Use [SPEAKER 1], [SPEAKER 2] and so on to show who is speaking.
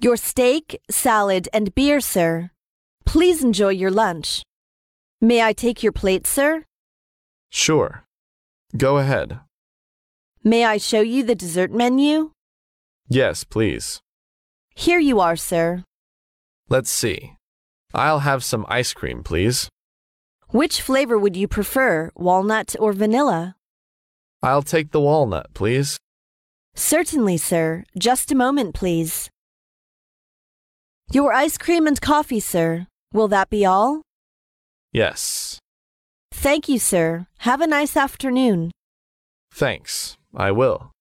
[SPEAKER 1] Your steak, salad, and beer, sir. Please enjoy your lunch. May I take your plate, sir?
[SPEAKER 2] Sure. Go ahead.
[SPEAKER 1] May I show you the dessert menu?
[SPEAKER 2] Yes, please.
[SPEAKER 1] Here you are, sir.
[SPEAKER 2] Let's see. I'll have some ice cream, please.
[SPEAKER 1] Which flavor would you prefer, walnut or vanilla?
[SPEAKER 2] I'll take the walnut, please.
[SPEAKER 1] Certainly, sir. Just a moment, please. Your ice cream and coffee, sir. Will that be all?
[SPEAKER 2] Yes.
[SPEAKER 1] Thank you, sir. Have a nice afternoon.
[SPEAKER 2] Thanks. I will.